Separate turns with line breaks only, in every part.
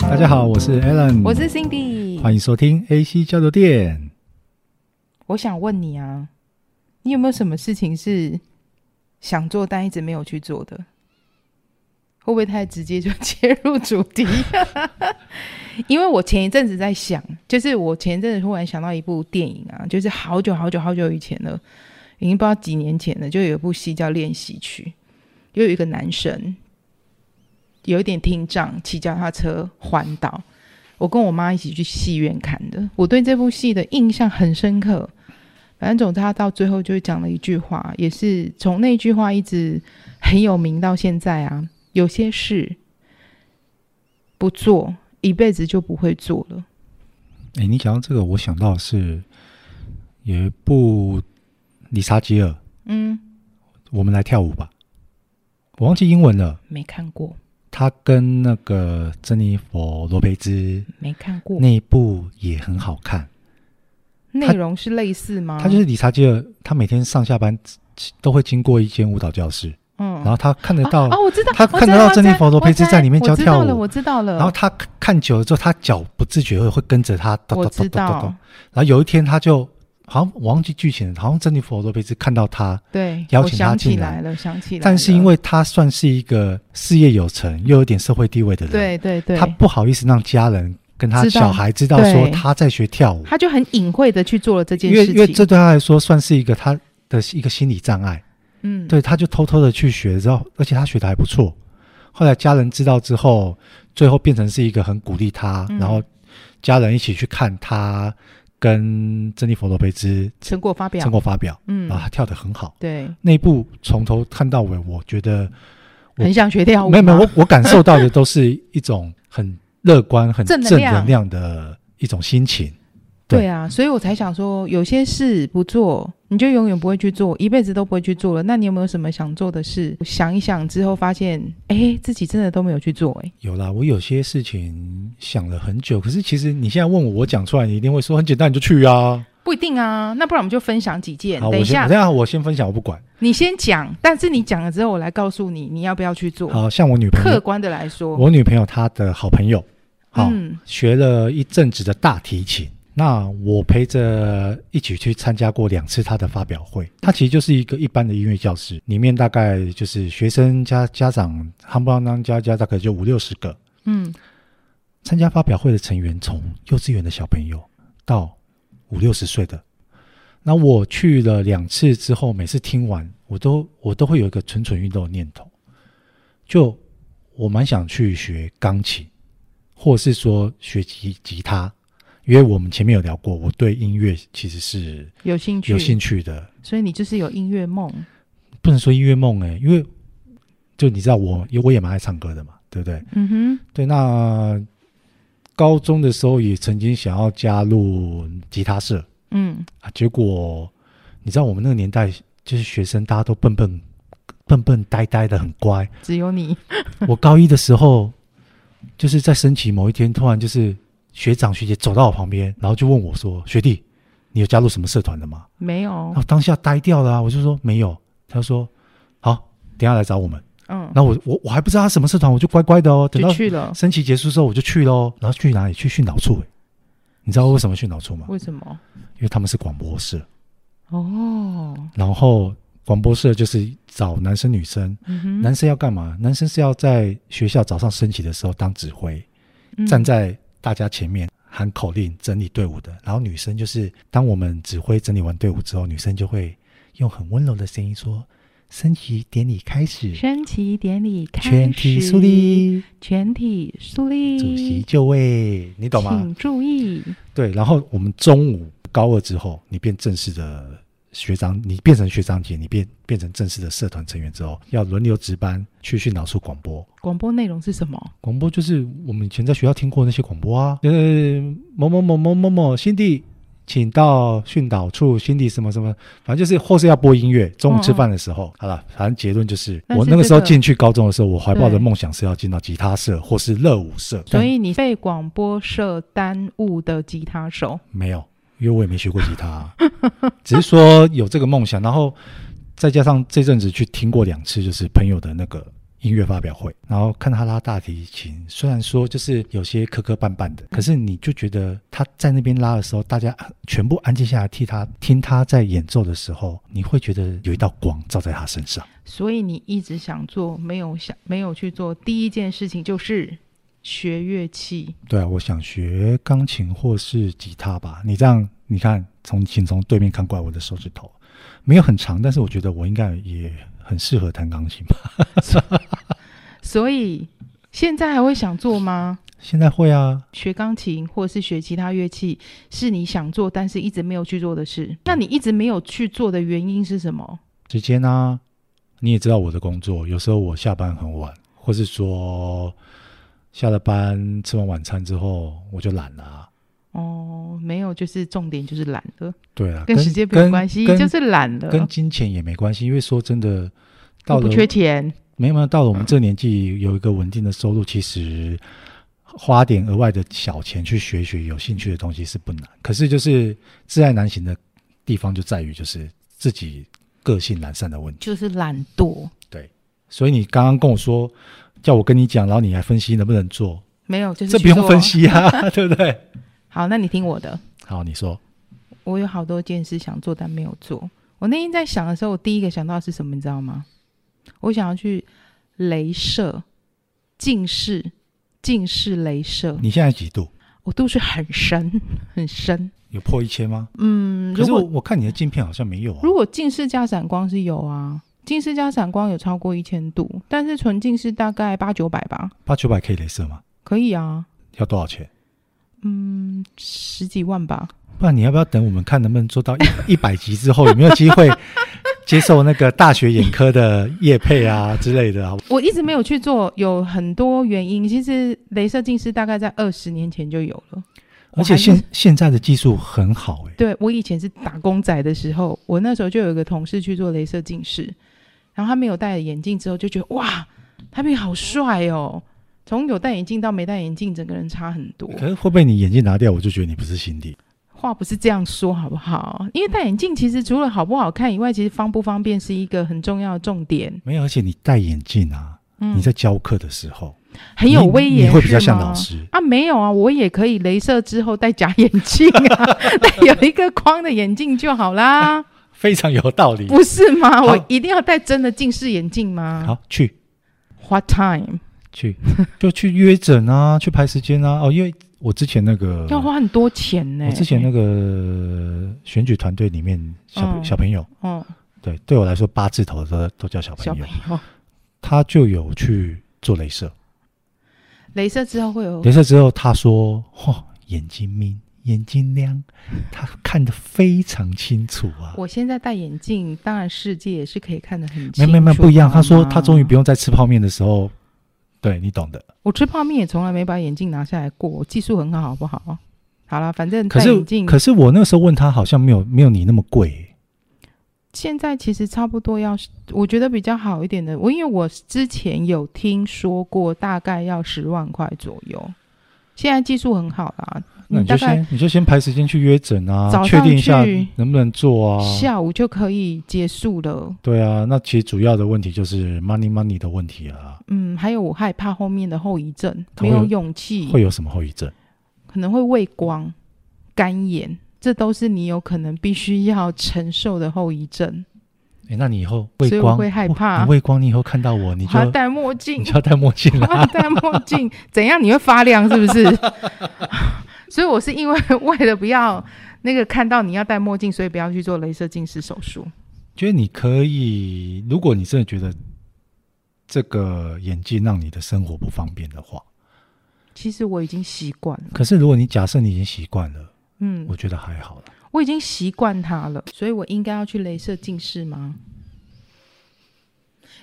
大家好，我是 Alan，
我是 Cindy。
欢迎收听 AC 交流电。
我想问你啊，你有没有什么事情是想做但一直没有去做的？会不会太直接就 切入主题？ 因为我前一阵子在想，就是我前一阵子忽然想到一部电影啊，就是好久好久好久以前了，已经不知道几年前了，就有一部戏叫《练习曲》，又有一个男生有一点听障，骑脚踏车环岛。我跟我妈一起去戏院看的，我对这部戏的印象很深刻。哦反正总之，他到最后就讲了一句话，也是从那句话一直很有名到现在啊。有些事不做，一辈子就不会做了。
哎，你讲到这个，我想到的是有一部理查吉尔，
嗯，
我们来跳舞吧。我忘记英文了，
没看过，
他跟那个珍妮佛罗培兹
没看过。
那一部也很好看。
内容是类似吗？
他就是理查吉尔，他每天上下班都会经过一间舞蹈教室，
嗯
然后他看得到，
哦，我知道，
他看得到珍妮佛罗培兹在里面教跳
我知道了，
舞，
我知道了。
然后他看看久了之后，他脚不自觉会会跟着他，咚
我
咚咚
知
咚咚
道
咚。，然后有一天他就好像我忘记剧情了，好像珍妮佛罗培兹看到他，
对，
邀
我
请
想
他
起
进
来
来
了，想起来了。
但是因为他算是一个事业有成又有点社会地位的人，
对对对，
他不好意思让家人跟他
知道
小孩知道说
对
他在学跳舞，
他就很隐晦的去做了这件
因为
事
因
情。
为这对他来说算是一个他的一个心理障碍，
嗯，
对，他就偷偷的去学，之后而且他学的还不错。后来家人知道之后，最后变成是一个很鼓励他，
嗯
然后家人一起去看他跟珍妮佛罗培兹
成果发表，
成果啊发表，
嗯，
然后他跳得很好。
对，
那一部从头看到尾，我觉得我
很想学跳舞吗，
嗯没有没有，我我感受到的都是一种很乐观、很
正
正
能量
能量的一种心情。对
对啊，所以我才想说，有些事不做，你就永远不会去做，一辈子都不会去做了。那你有没有什么想做的事？想一想之后发现，哎，自己真的都没有去做、哎，
有啦，我有些事情想了很久，可是其实你现在问我，我讲出来，你一定会说很简单，你就去啊。
不一定啊。那不然我们就分享几件，
好，
等一
我先，
下
这样我先分享，我不管。
你先讲，但是你讲了之后，我来告诉你你要不要去做。
好像我女朋
客
友，
观的来说，
我女朋友她的好朋友，好、
嗯
学了一阵子的大提琴。那我陪着一起去参加过两次她的发表会，她其实就是一个一般的音乐教室，里面大概就是学生加家长，夯不啷当加加大概就五六十个。
嗯，
参加发表会的成员从幼稚园的小朋友到五六十岁的。那我去了两次之后，每次听完，我都我都会有一个蠢蠢欲动的念头，就我蛮想去学钢琴，或者是说学吉吉他，因为我们前面有聊过，我对音乐其实是
有兴趣，
有兴趣的，
所以你就是有音乐梦，
不能说音乐梦诶、因为就你知道我我也蛮爱唱歌的嘛，对不对？
嗯哼，
对，那高中的时候也曾经想要加入吉他社
嗯。
啊，结果你知道我们那个年代就是学生，大家都笨笨笨笨呆呆的，很乖。
只有你，
我高一的时候，就是在升旗某一天，突然就是学长学姐走到我旁边，然后就问我说：“学弟，你有加入什么社团了吗然
没？”有
后，当下呆掉了、啊，我就说没有。他说：“好，等一下来找我们。”
嗯，
然后我我我还不知道他什么社团，我就乖乖的哦，等
就
到
去了。
升旗结束之后我就去喽，然后去哪里？去训导处、欸。你知道为什么训导处吗？
为什么？
因为他们是广播社，
哦，
然后广播社就是找男生女生，
嗯哼
男生要干嘛？男生是要在学校早上升旗的时候当指挥，
嗯
站在大家前面喊口令，整理队伍的。然后女生就是当我们指挥整理完队伍之后，女生就会用很温柔的声音说：“升旗典礼开始，
升旗典礼开始，
全体肃，立，
全体肃立，
主席就位。”你懂吗？
请注意，
对，然后我们中午高二之后，你变正式的学长，你变成学长姐，你变变成正式的社团成员之后，要轮流值班去训导处广播。
广播内容是什么？
广播就是我们以前在学校听过的那些广播啊，呃，某某某某某某新地，请到训导处，新地什么什么，反正就是或是要播音乐。中午吃饭的时候，好了，反正结论就是，
但是
我那个时候
这个
进去高中的时候，我怀抱
对
的梦想是要进到吉他社或是热舞社，
所以你被广播社耽误的吉他手，
没有，因为我也没学过吉他啊、 只是说有这个梦想，然后再加上这阵子去听过两次，就是朋友的那个音乐发表会，然后看他拉大提琴，虽然说就是有些磕磕绊绊的，可是你就觉得他在那边拉的时候，大家全部安静下来替他听他在演奏的时候，你会觉得有一道光照在他身上。
所以你一直想做，没有想没有去做，第一件事情就是学乐器。
对啊，我想学钢琴或是吉他吧。你这样，你看，从请从对面看过来，我的手指头没有很长，但是我觉得我应该也很适合弹钢琴吧。
所以现在还会想做吗？
现在会啊，
学钢琴或是学其他乐器是你想做，但是一直没有去做的事。那你一直没有去做的原因是什么？
时间啊，你也知道我的工作，有时候我下班很晚，或是说下了班吃完晚餐之后我就懒了啊、
哦，没有，就是重点就是懒了，
对啊，
跟时间没有关系，
跟
就是懒了。
跟金钱也没关系，因为说真的，到
我不
了
缺钱，
没有没有到了我们这年纪，有一个稳定的收入，其实花点额外的小钱去学一学有兴趣的东西是不难。可是就是自爱难行的地方就在于就是自己个性懒散的问题。
就是懒惰，
所以你刚刚跟我说叫我跟你讲，然后你还分析能不能做，
没有，就是
这
去
不用
做
分。析啊， 对不对？
好，那你听我的，
好，你说
我有好多件事想做，但没有做。我那天在想的时候，我第一个想到的是什么，你知道吗？我想要去镭射近视，近视镭射，
你现在几度？
我度数很深很深。
有破一千吗？
嗯，
可
如
是我
果
我看你的镜片好像没有啊。
如果近视加散光是有啊，近视加散光有超过一千度，但是纯近视大概八九百吧，
八九百可以镭射吗？
可以啊，
要多少钱？
嗯，十几万吧。
不然你要不要等我们看能不能做到一 一百集之后，有没有机 会接受那个大学眼科的业配啊之类的啊？
我一直没有去做，有很多原因。其实镭射近视大概在二十年前就有了，
而且现现在的技术很好哎、
对我以前是打工仔的时候，我那时候就有一个同事去做镭射近视，然后他没有戴眼镜之后就觉得哇，他变好帅哦。从有戴眼镜到没戴眼镜，整个人差很多。
可是会不会你眼镜拿掉，我就觉得你不是心底？
话不是这样说，好不好？因为戴眼镜其实除了好不好看以外，其实方不方便是一个很重要的重点。
没有，而且你戴眼镜啊，
嗯
你在教课的时候
很有
你
威严，
你会比较
是
像
吗
老师。
啊？没有啊，我也可以镭射之后戴假眼镜 啊，戴有一个框的眼镜就好啦，
非常有道理。
不是吗？
好
我一定要戴真的近视眼镜吗
好，去
？What time？
去就去约诊啊，去排时间啊。哦，因为我之前那个，
要花很多钱呢、
呃我之前那个选举团队里面小朋
嗯
小朋友，
哦，
对对我来说八字头的都都叫小
小
朋
朋
友，
友，
他就有去做镭射，
镭射之后会有
镭射之后他说，嚯，眼睛明，眼睛 亮，他看得非常清楚啊。
我现在戴眼镜，当然世界也是可以看得很清
没
楚。
没没不一样，他说他终于
不。
不用再吃泡面的时候，对你懂的。
我吃泡面也从来没把眼镜拿下来过，我技术很好，好不好？好啦，反正
可
戴
是
眼镜，
可是我那时候问他，好像没有没有你那么贵欸、
现在其实差不多要，我觉得比较好一点的。我因为我之前有听说过，大概要十万块左右。现在技术很好啦，嗯
那你
大
就
概
先你就先排时间去约诊啊
早，上
确定一下
去
能不能做啊。
下午就可以结束了。
对啊，那其实主要的问题就是 money money 的问题啊，
嗯，还有我害怕后面的后遗症，
它
没
会有
有勇气，
会有什么后遗症？
可能会畏光、干眼，这都是你有可能必须要承受的后遗症。
哎，那你以后
所以
畏
我
光哦
会害怕
你畏光，你以后看到我，你
我要
就
戴墨镜
你，就要戴墨 镜了。
啊，戴墨镜怎样？你会发亮是不是？ 所以我是因为为了不要那个看到你要戴墨镜，所以不要去做镭射近视手术。
觉得你可以，如果你真的觉得这个眼镜让你的生活不方便的话，
其实我已经习惯了，
可是如果你假设你已经习惯了，
嗯，
我觉得还好了。
我已经习惯它了，所以我应该要去镭射近视吗？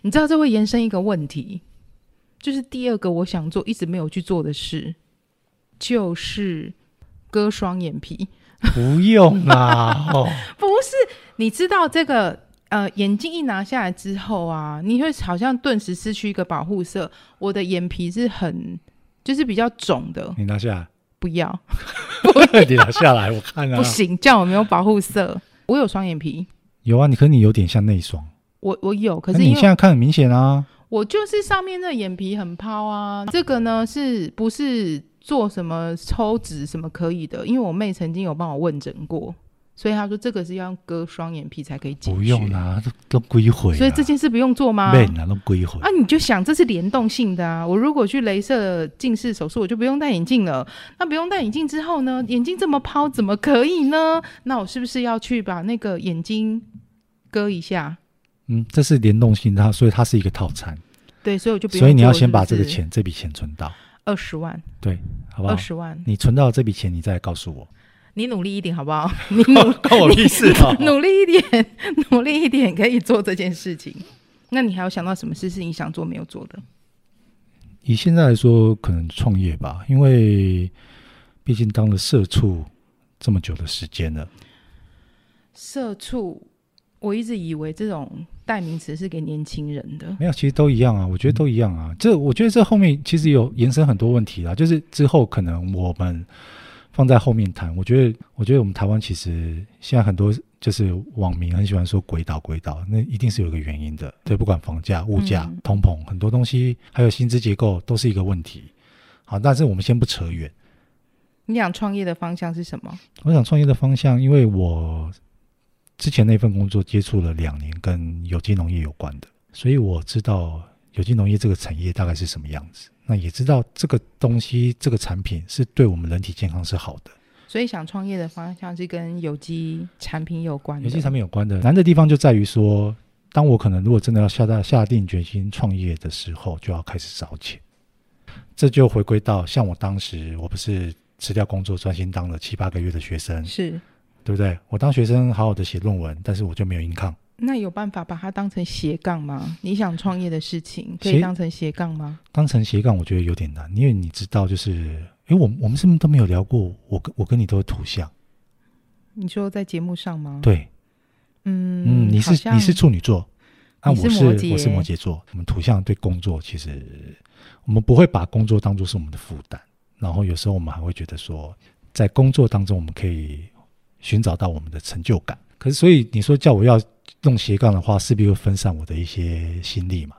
你知道这会延伸一个问题，就是第二个我想做一直没有去做的事，就是割双眼皮。
不用啦， 哦，
不是，你知道这个呃，眼镜一拿下来之后啊，你会好像顿时失去一个保护色。我的眼皮是很就是比较肿的，
你拿下来，
不要、
你拿下来，我看啊
不，行，这样我没有保护色。我有双眼皮，
有啊，你可是你有点像内双，
我我有，可
那
是因
你现
为
在看很明显啊，
我就是上面的眼皮很抛啊，这个呢是不是做什么抽脂什么可以的？因为我妹曾经有帮我问诊过，所以她说这个是要用割双眼皮才可以解决。
不用啦，啊都都归回啦。
所以这件事不用做吗？
man 啊，都归回。
啊，你就想这是联动性的啊！我如果去镭射近视手术，我就不用戴眼镜了。那不用戴眼镜之后呢？眼睛这么抛，怎么可以呢？那我是不是要去把那个眼睛割一下？
嗯，这是联动性，它所以它是一个套餐，
对，所以我就不用做。
所以你要先把这个钱这笔钱存到，
二十万，
对，好不好
二？十万，
你存到这笔钱，你再来告 诉我。
你努力一点好不 好？你努
关我屁事啊
努力一点， 努力一点可以做这件事情。那你还有想到什么事是你想做没有做的？
以现在来说，可能创业吧，因为毕竟当了社畜这么久的时间了。
社畜，我一直以为这种代名词是给年轻人的。
没有，其实都一样啊，我觉得都一样啊。这我觉得这后面其实有延伸很多问题啦，就是之后可能我们放在后面谈。我觉得，我觉得我们台湾其实现在很多就是网民很喜欢说“鬼岛”，鬼岛，那一定是有一个原因的。对，不管房价、物价、
嗯
通膨，很多东西还有薪资结构都是一个问题。好，但是我们先不扯远。
你想创业的方向是什么？
我想创业的方向，因为我之前那份工作接触了两年跟有机农业有关的，所以我知道有机农业这个产业大概是什么样子。那也知道这个东西、这个产品是对我们人体健康是好的。
所以想创业的方向是跟有机产品有关的。
有机产品有关的难的地方就在于说，当我可能如果真的要下大下定决心创业的时候，就要开始找钱。这就回归到像我当时，我不是辞掉工作，专心当了七八个月的学生，
是，
对不对？我当学生好好的写论文，但是我就没有 income。
那有办法把它当成斜杠吗？你想创业的事情可以
斜
当成斜杠吗？
当成斜杠，我觉得有点难，因为你知道，就是，诶，我们我们是不是都没有聊过我跟我跟你都有图像？
你说在节目上吗？，
对，
嗯
嗯，你
好
是
像
你是处女座，啊，
你是
我是
摩羯
我是摩羯座，我们图像对工作其实我们不会把工作当做是我们的负担，然后有时候我们还会觉得说，在工作当中我们可以寻找到我们的成就感。可是所以你说叫我要弄斜杠的话，势必会分散我的一些心力嘛，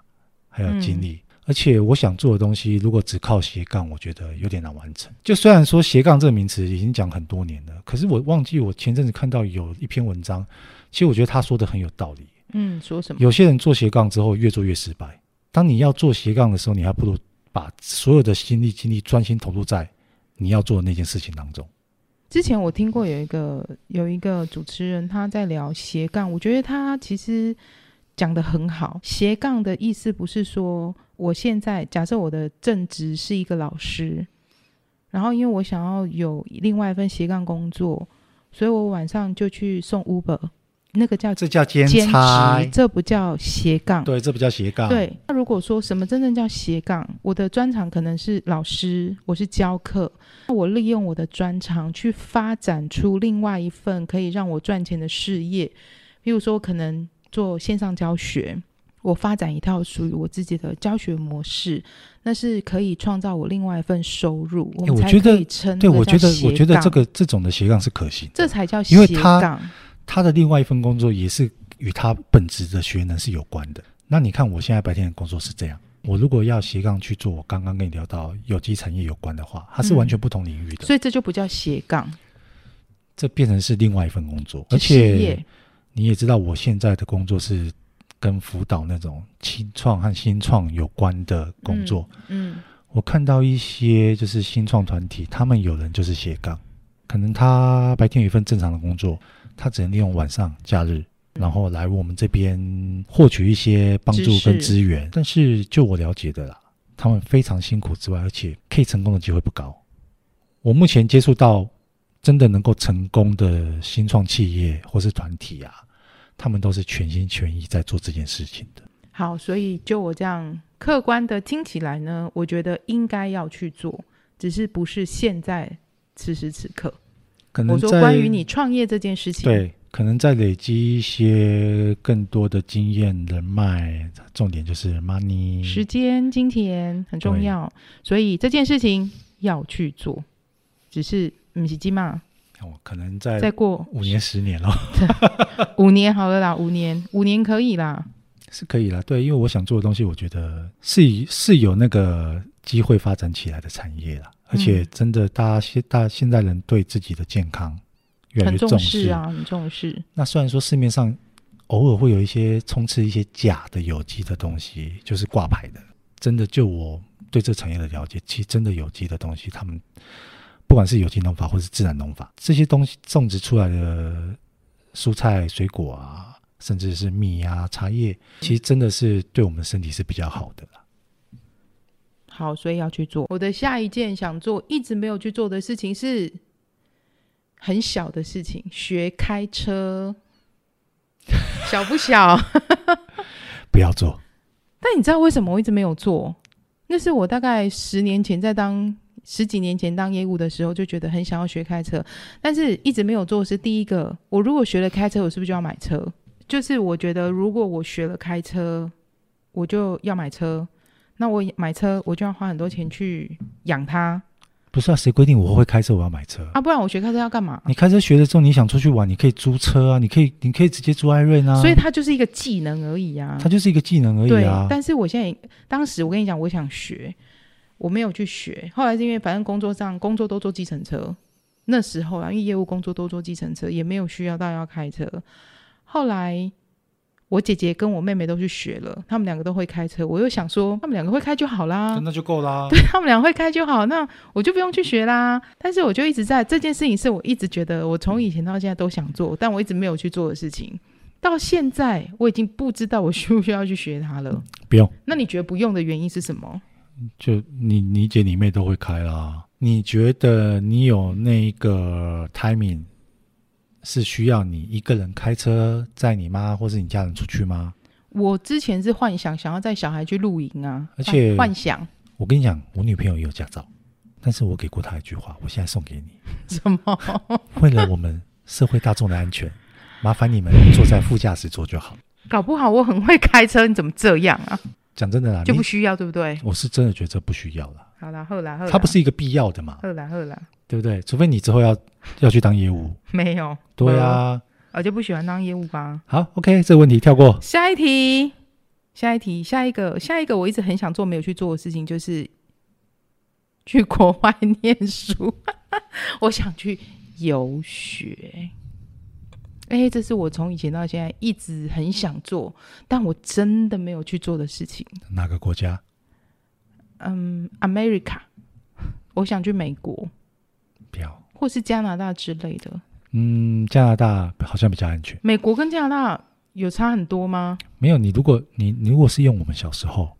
还有精力。而且我想做的东西，如果只靠斜杠，我觉得有点难完成。就虽然说斜杠这个名词已经讲很多年了，可是我忘记我前阵子看到有一篇文章，其实我觉得他说的很有道理。
嗯，说什么？
有些人做斜杠之后越做越失败。当你要做斜杠的时候，你还不如把所有的心力、精力专心投入在你要做的那件事情当中。
之前我听过有一个有一个主持人他在聊斜杠，我觉得他其实讲得很好。斜杠的意思不是说我现在假设我的正职是一个老师，然后因为我想要有另外一份斜杠工作，所以我晚上就去送 Uber，那个叫
这叫兼
兼
差
职，，这不叫斜杠。
对，这不叫斜杠。，
对，那如果说什么真正叫斜杠，我的专长可能是老师，我是教课，那我利用我的专长去发展出另外一份可以让我赚钱的事业，比如说我可能做线上教学。我发展一套属于我自己的教学模式，那是可以创造我另外一份收入，我
哎
们
我
才
觉
可
得
以称
对
这
我
叫
觉得，
斜
我觉得这
杠
个这种的斜杠是可行的。
这才叫斜
因为它
杠。
他的另外一份工作也是与他本职的学能是有关的。那你看，我现在白天的工作是这样，我如果要斜杠去做我刚刚跟你聊到有机产业有关的话，它是
嗯
完全不同领域的，
所以这就不叫斜杠，
这变成是另外一份工作，而
是事
且
业。
你也知道，我现在的工作是跟辅导那种新创和新创有关的工作。
嗯，
我看到一些就是新创团体，他们有人就是斜杠，可能他白天有一份正常的工作，他只能利用晚上、假日，
嗯
然后来我们这边获取一些帮助跟
知识
资源。但是就我了解的啦，他们非常辛苦之外，而且可以成功的机会不高。我目前接触到真的能够成功的新创企业或是团体啊，他们都是全心全意在做这件事情的。
好，所以就我这样客观的听起来呢，我觉得应该要去做，只是不是现在此时此刻。
可能
我说
在
关于你创业这件事情，，
对，可能在累积一些更多的经验、人脉，重点就是 money。
时间、金钱很重要，所以这件事情要去做，只是嗯，是金嘛，
哦，可能在
再过
五年、十年了，
五年好了啦，五年，五年可以啦，
是可以啦，对，因为我想做的东西，我觉得是是有那个机会发展起来的产业啦，而
嗯
且真的大家现大现代人对自己的健康越来
很
越
重
视
视。啊，很重视。
那虽然说市面上偶尔会有一些充斥一些假的有机的东西，就是挂牌的，真的就我对这产业的了解，其实真的有机的东西，他们不管是有机农法或是自然农法，这些东西种植出来的蔬菜、水果啊，甚至是米啊、茶叶，其实真的是对我们身体是比较好的啦。
好，所以要去做。我的下一件想做一直没有去做的事情是很小的事情，学开车，小不小？
不要做，
但你知道为什么我一直没有做？那是我大概十年前在当十几年前当业务的时候，就觉得很想要学开车，但是一直没有做。是第一个，我如果学了开车，我是不是就要买车？就是我觉得如果我学了开车，我就要买车。那我买车，我就要花很多钱去养它
不是啊？谁规定我会开车我要买车？
啊！不然我学开车要干嘛？
你开车学了之后，你想出去玩，你可以租车啊，你可以，你可以直接租艾瑞啊。
所以它就是一个技能而已啊。
它就是一个技能而已
对
啊，。
但是我现在当时我跟你讲，我想学，我没有去学。后来是因为反正工作上工作都坐计程车，那时候啊，因为业务工作都坐计程车，也没有需要到要开车。后来我姐姐跟我妹妹都去学了，她们两个都会开车。我又想说，她们两个会开就好啦。
那就够啦。
啊对他们俩会开就好，那我就不用去学啦。但是我就一直在这件事情，是我一直觉得我从以前到现在都想做，但我一直没有去做的事情。到现在我已经不知道我需不需要去学它了。
不用，
那你觉得不用的原因是什么？
就你你姐你妹都会开啦。你觉得你有那个 timing 是需要你一个人开车载你妈或是你家人出去吗？
我之前是幻想想要带小孩去露营啊，
而且
幻幻想
我跟你讲，我女朋友也有驾照，但是我给过她一句话，我现在送给你，
什么？
为了我们社会大众的安全，麻烦你们坐在副驾驶座就好。
搞不好我很会开车，你怎么这样啊？
讲真的啦，
就不
你
需要，对不对？
我是真的觉得这不需要啦，
好啦，后啦，后啦，
它不是一个必要的嘛，
后啦，后啦，
对不对？除非你之后要要去当业务，
没有。
对，啊。
我就不喜欢当业务啊。
好，OK，这个问题跳过。
下一题，下一题，下一个，下一个，我一直很想做没有去做的事情就是去国外念书。 我想去游学。哎、这是我从以前到现在一直很想做，但我真的没有去做的事情。
哪个国家？
嗯，America，我想去美国
不要。
或是加拿大之类的。
嗯，加拿大好像比较安全。
美国跟加拿大有差很多吗？
没有，你如果你你如果是用我们小时候，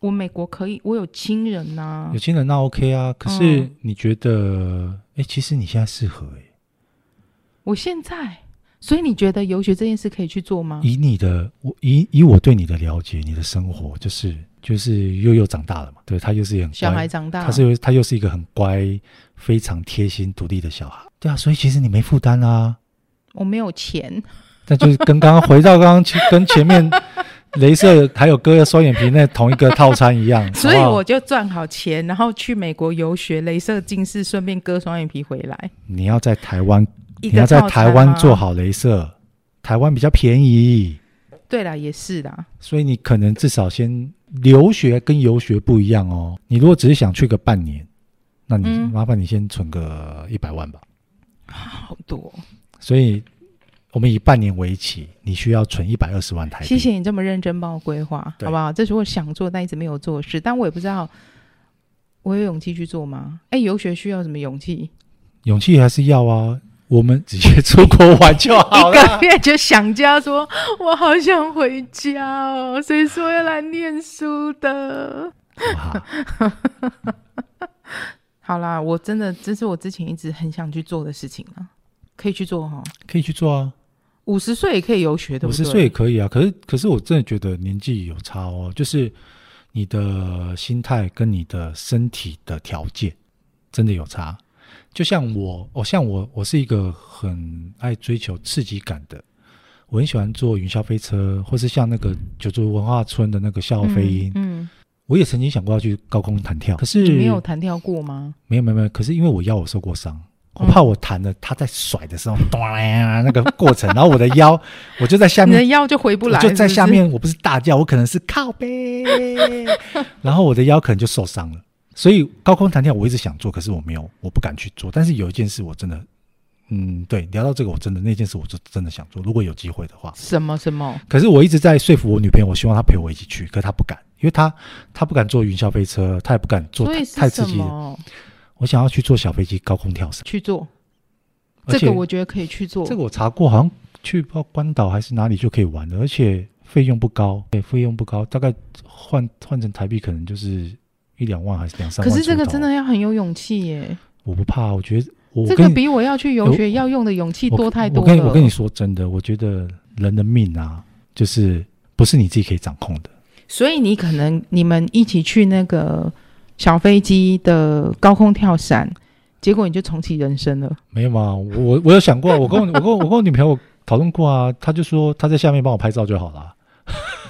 我美国可以，我有亲人呐、
有钱人那 OK 啊。可是
嗯
你觉得，哎、其实你现在适合、诶
我现在，所以你觉得游学这件事可以去做吗？
以你的我以以我对你的了解，你的生活就是就是悠悠长大了嘛，对他又是一个很乖
小孩长大，
他是他又是一个很乖、非常贴心、独立的小孩。对啊，所以其实你没负担啊。
我没有钱，
但就是跟刚刚回到刚刚前跟前 面镭射还有割的双眼皮那同一个套餐一样，
所以
好不好
我就赚好钱，然后去美国游学，镭射近视，顺便割双眼皮回来。
你要在台湾，
一
你
个
要在
套餐
台湾
吗
做，好镭射，台湾比较便宜，
对啦，也是啦，
所以你可能至少先留学跟游学不一样哦。你如果只是想去个半年，那你、
嗯
麻烦你先存个一百万吧。
好多。
所以我们以半年为期，你需要存一百二十万台币。
谢谢你这么认真帮我规划，
对
好不好？这是我想做但一直没有做的事，但我也不知道我有勇气去做吗？哎，游学需要什么勇气？
勇气还是要啊，我们直接出国玩就好
一
了。
个月就想家说，我好想回家哦，谁说要来念书的？
好不好
好啦，我真的这是我之前一直很想去做的事情啊，可以去做哈。
可以去做啊。
五十岁也可以游学，对
五
不对？
十岁也可以啊，可是可是我真的觉得年纪有差哦，就是你的心态跟你的身体的条件真的有差。就像我，我、像我，我是一个很爱追求刺激感的，我很喜欢坐云霄飞车，或是像那个九族文化村的那个笑傲飞鹰，
嗯，
我也曾经想过要去高空弹跳，可
嗯
是
你没有弹跳过吗？
没有没有没有，可是因为我腰有受过伤，
嗯
我怕我弹了，他在甩的时候， 咚呀那个过程，然后我的腰，我就在下
你
面
的腰就回不
我
来，
就在
是不是
下。面，我不是大叫，我可能是靠 背，然后我的腰可能就受伤了。所以高空弹跳我一直想做，可是我没有，我不敢去做。但是有一件事我真的，嗯，对，聊到这个我真的那件事我就真的想做，如果有机会的话。
什么什么？
可是我一直在说服我女朋友，我希望她陪我一起去，可她不敢，因为她她不敢坐云霄飞车，她也不敢坐
所
太
以
太
是
刺
什
激的。
么？
我想要去坐小飞机高空跳伞，
去做
而
这
且
个，我觉得可以去做。
这个我查过，好像去到关岛还是哪里就可以玩的，而且费用不高，对，费用不高，大概换换成台币可能就是一两万还是两三
可
万。
是这个真，的要很有勇气耶，
我不怕，我觉得我
这
我
个
跟你
比我要去游学要用的勇气
我
多太多
我跟你我跟你
了。
说真的，我觉得人的命啊，就是不是你自己可以掌控的。
所以你可能你们一起去那个小飞机的高空跳伞，结果你就重启人生了。
没有嘛，我我我有想过啊，我跟我我跟我我跟我女朋友讨论过啊，她就说她在下面帮我拍照就好了啊。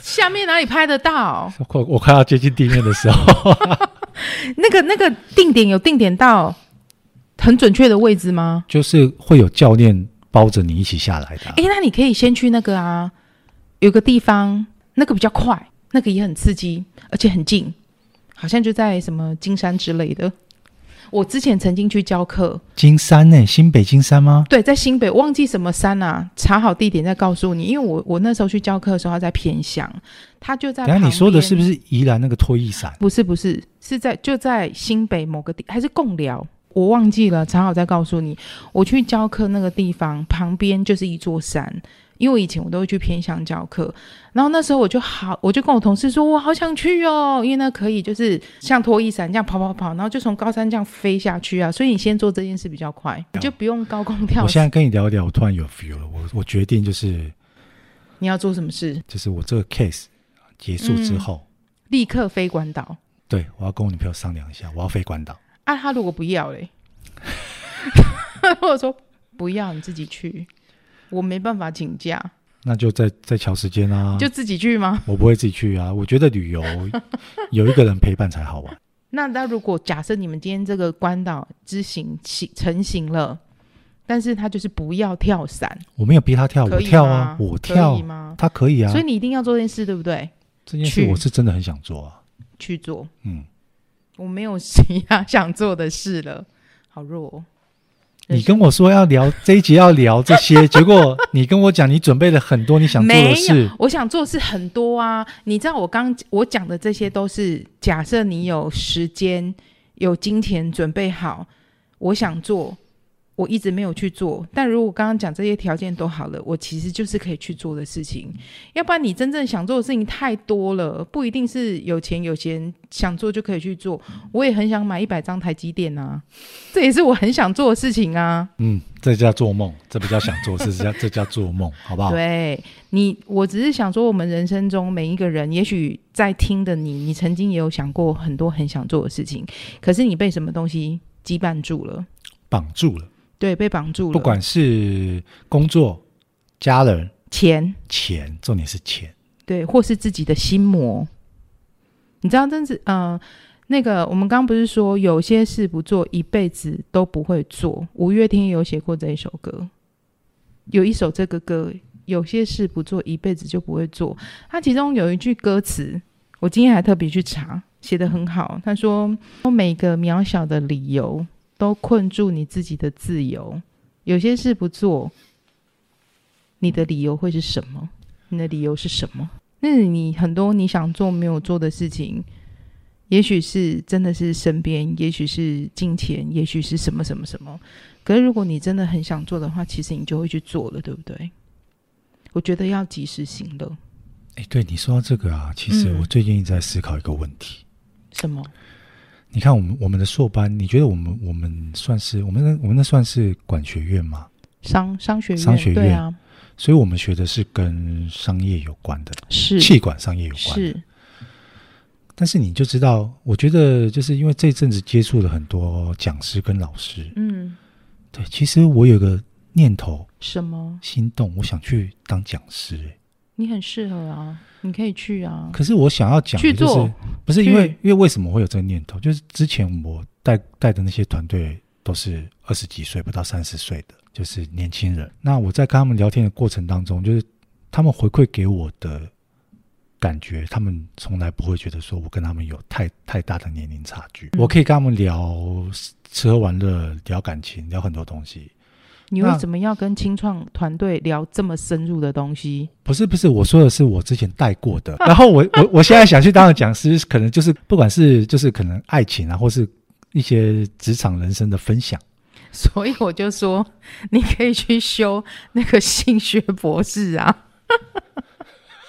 下面哪里拍得到？
快我快要接近地面的时候，
那个那个定点有定点到很准确的位置吗？
就是会有教练包着你一起下来的啊、
诶，那你可以先去那个啊，有个地方那个比较快，那个也很刺激，而且很近，好像就在什么金山之类的。我之前曾经去教课，
金山呢、新北金山吗？
对，在新北忘记什么山啊，查好地点再告诉你。因为我我那时候去教课的时候，他在偏乡，他就在
等一下
旁
你说的
边
是不是宜兰那个脱衣伞？
不是不是，是在就在新北某个地，还是共寮？我忘记了，查好再告诉你。我去教课那个地方旁边就是一座山，因为我以前我都会去偏乡教课，然后那时候我就好，我就跟我同事说，我好想去哦，因为那可以就是像拖衣伞这样跑跑跑，然后就从高山这样飞下去啊。所以你先做这件事比较快，你就不用高空跳
哦我现
伞。
在跟你聊一聊，我突然有 feel 了。我我决定就是
你要做什么事？
就是我这个 case 结束之后，
嗯立刻飞关岛
对我要跟我女朋友商量一下，我要飞关岛。
啊！他如果不要嘞， 或者说不要你自己去，我没办法请假。
那就再再瞧时间啊。
就自己去吗？
我不会自己去啊，我觉得旅游 有一个人陪伴才好玩。
那那如果假设你们今天这个关岛之行起成型了，但是他就是不要跳伞，
我没有逼他跳，
可
我
以吗
跳啊，我跳
可以，吗？
他可以啊
所以。你一定要做这件事，对不对？
这件事
去
我是真的很想做啊。
去做，
嗯，
我没有其他想做的事了，好弱、哦。
你跟我说要聊这一集要聊这 些，结果你跟我讲你准备了很多你想做
没
的
有
事，
我想做的事很多啊，你知道我刚我讲的这些都是假设你有时间、有金钱准备好，我想做，我一直没有去做。但如果刚刚讲这些条件都好了，我其实就是可以去做的事情。要不然你真正想做的事情太多了，不一定是有钱有闲想做就可以去做。我也很想买一百张台积电啊，这也是我很想做的事情啊。
嗯，这叫做梦，这不叫想做，这叫这叫做梦，好不好？
对你，我只是想说，我们人生中每一个人，也许在听的你，你曾经也有想过很多很想做的事情，可是你被什么东西羁绊住了，
绑住了，
对，被绑住了。
不管是工作、家人、
钱，
钱，重点是钱。
对，或是自己的心魔，你知道，真是呃，那个我们刚刚不是说有些事不做，一辈子都不会做。五月天有写过这一首歌，有一首这个歌，有些事不做，一辈子就不会做。它其中有一句歌词，我今天还特别去查，写得很好。他说：“每个渺小的理由都困住你自己的自由，有些事不做，你的理由会是什么？你的理由是什么？”那你很多你想做没有做的事情，也许是真的是身边，也许是金钱，也许是什么什么什么。可是如果你真的很想做的话，其实你就会去做了，对不对？我觉得要及时行乐。
哎，对你说到这个啊，其实
嗯
我最近一直在思考一个问题。
什么？
你看，我们我们的硕班，你觉得我们我们算是我们那我们那算是管学院吗？
商商学院？
商学院
对啊，
所以我们学的是跟商业有关的，
是
气管商业有关的。
是，
但是你就知道，我觉得就是因为这阵子接触了很多讲师跟老师，
嗯，
对，其实我有个念头
什么？
心动，我想去当讲师、欸
你很适合啊，你可以去啊。
可是我想要讲的
去
就
做
是不是因为
去
因为为什么会有这个念头？就是之前我带带的那些团队都是二十几岁不到三十岁的，就是年轻人。那我在跟他们聊天的过程当中，就是他们回馈给我的感觉，他们从来不会觉得说我跟他们有太太大的年龄差距。
嗯
我可以跟他们聊吃喝玩乐、聊感情、聊很多东西。
你为
那
什么要跟清创团队聊这么深入的东西？
不是不是，我说的是我之前带过的。然后我 我我现在想去当个讲师，可能就是不管是就是可能爱情啊，或是一些职场人生的分享。
所以我就说，你可以去修那个性学博士啊。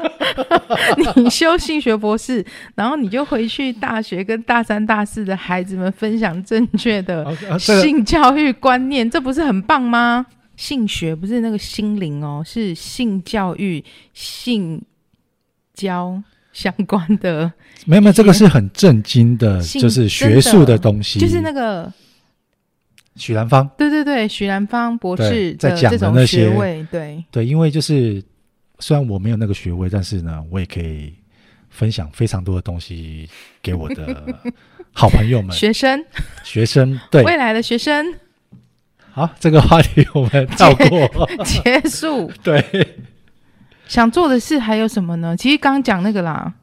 你修性学博士，然后你就回去大学跟大三、大四的孩子们分享正确的
啊啊这个
性教育观念，这不是很棒吗？性学不是那个心灵哦，是性教育、性交相关的，
没有没有，这个是很震惊的，
性
就是学术的东西。
就是那个
许兰芳，
对对对，许兰芳博士
对在
的
讲
这
的
种
那
学
些
位，对，
对，因为就是虽然我没有那个学位，但是呢，我也可以分享非常多的东西给我 的好朋友们、
学生，
学生。对，
未来的学生
好，这个话题我们跳 过。
结束。
对，
想做的事还有什么呢？其实刚刚讲那个啦，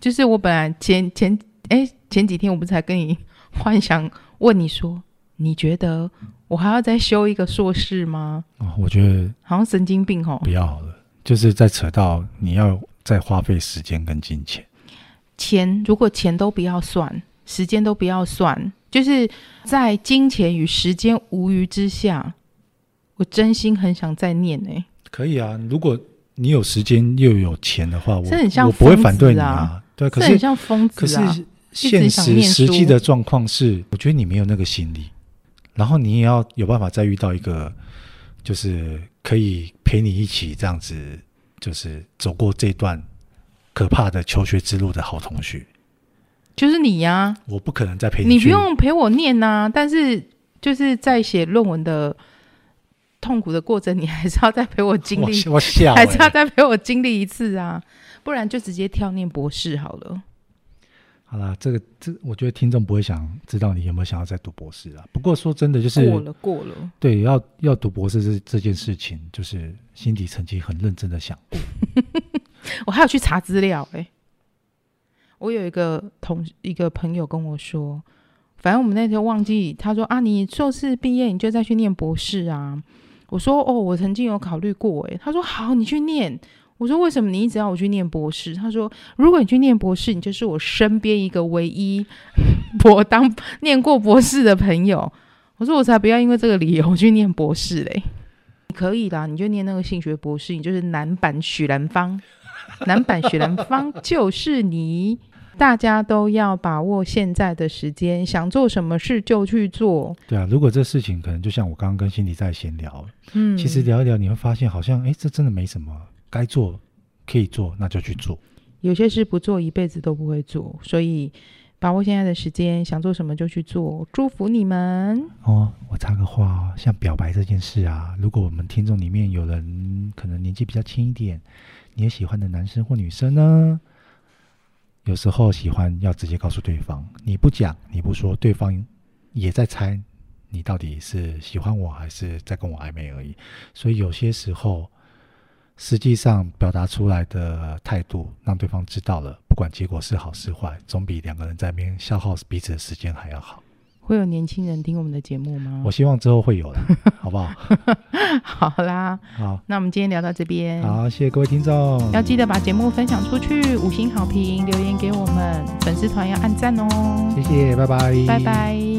就是我本来前前哎前几天我不是才跟你幻想问你说，你觉得我还要再修一个硕士吗？
哦我觉得
好像神经病哦
不。要好了，就是在扯到你要再花费时间跟金钱。
钱如果钱都不要算，时间都不要算，就是在金钱与时间无余之下，我真心很想再念哎、
可以啊，如果你有时间又有钱的话，我
这很像
我不会
疯
反对
子
你
啊。
对，可
这
是
很像疯
可
子啊！
是现
想
实
念
实际
书
的状况是，我觉得你没有那个心理，然后你也要有办法再遇到一个，就是可以陪你一起这样子，就是走过这段可怕的求学之路的好同学。
就是你呀、
我不可能再陪
你不
去，
用陪我念呐、但是就是在写论文的痛苦的过程，你还是要再陪我经
我
历，
我笑、
还是要
欸。
再陪我经历一次啊！不然就直接跳念博士好了。
好啦，这个这，我觉得听众不会想知道你有没有想要再读博士啊。不过说真的，就是
过了过了，
对，要要读博士这这件事情，就是心底曾经很认真的想过。
我还有去查资料哎、我有一个同一个朋友跟我说，反正我们那天忘记，他说啊，你硕士毕业你就再去念博士啊。我说哦，我曾经有考虑过哎、他说好，你去念。我说为什么你一直要我去念博士？他说如果你去念博士，你就是我身边一个唯一博当念过博士的朋友。我说我才不要因为这个理由去念博士嘞。可以啦，你就念那个性学博士，你就是男版许兰芳。 男版雪兰芳就是你。大家都要把握现在的时间，想做什么事就去做。
对啊，如果这事情可能就像我刚刚跟心理在闲聊，
嗯，
其实聊一聊，你会发现好像哎，诶这真的没什么，该做可以做，那就去做。
有些事不做一辈子都不会做，所以把握现在的时间，想做什么就去做。祝福你们，
哦，我插个话哦，像表白这件事啊，如果我们听众里面有人可能年纪比较轻一点，你也喜欢的男生或女生呢，有时候喜欢要直接告诉对方，你不讲，你不说，对方也在猜你到底是喜欢我还是在跟我暧昧而已。所以有些时候，实际上表达出来的态度，让对方知道了，不管结果是好是坏，总比两个人在那边消耗彼此的时间还要好。
会有年轻人听我们的节目吗
我？希望之后会有了，好不好？
好啦，
好，
那我们今天聊到这边，
好，谢谢各位听众，
嗯要记得把节目分享出去，五星好评，留言给我们，粉丝团要按赞哦。
谢谢，拜拜，
拜拜。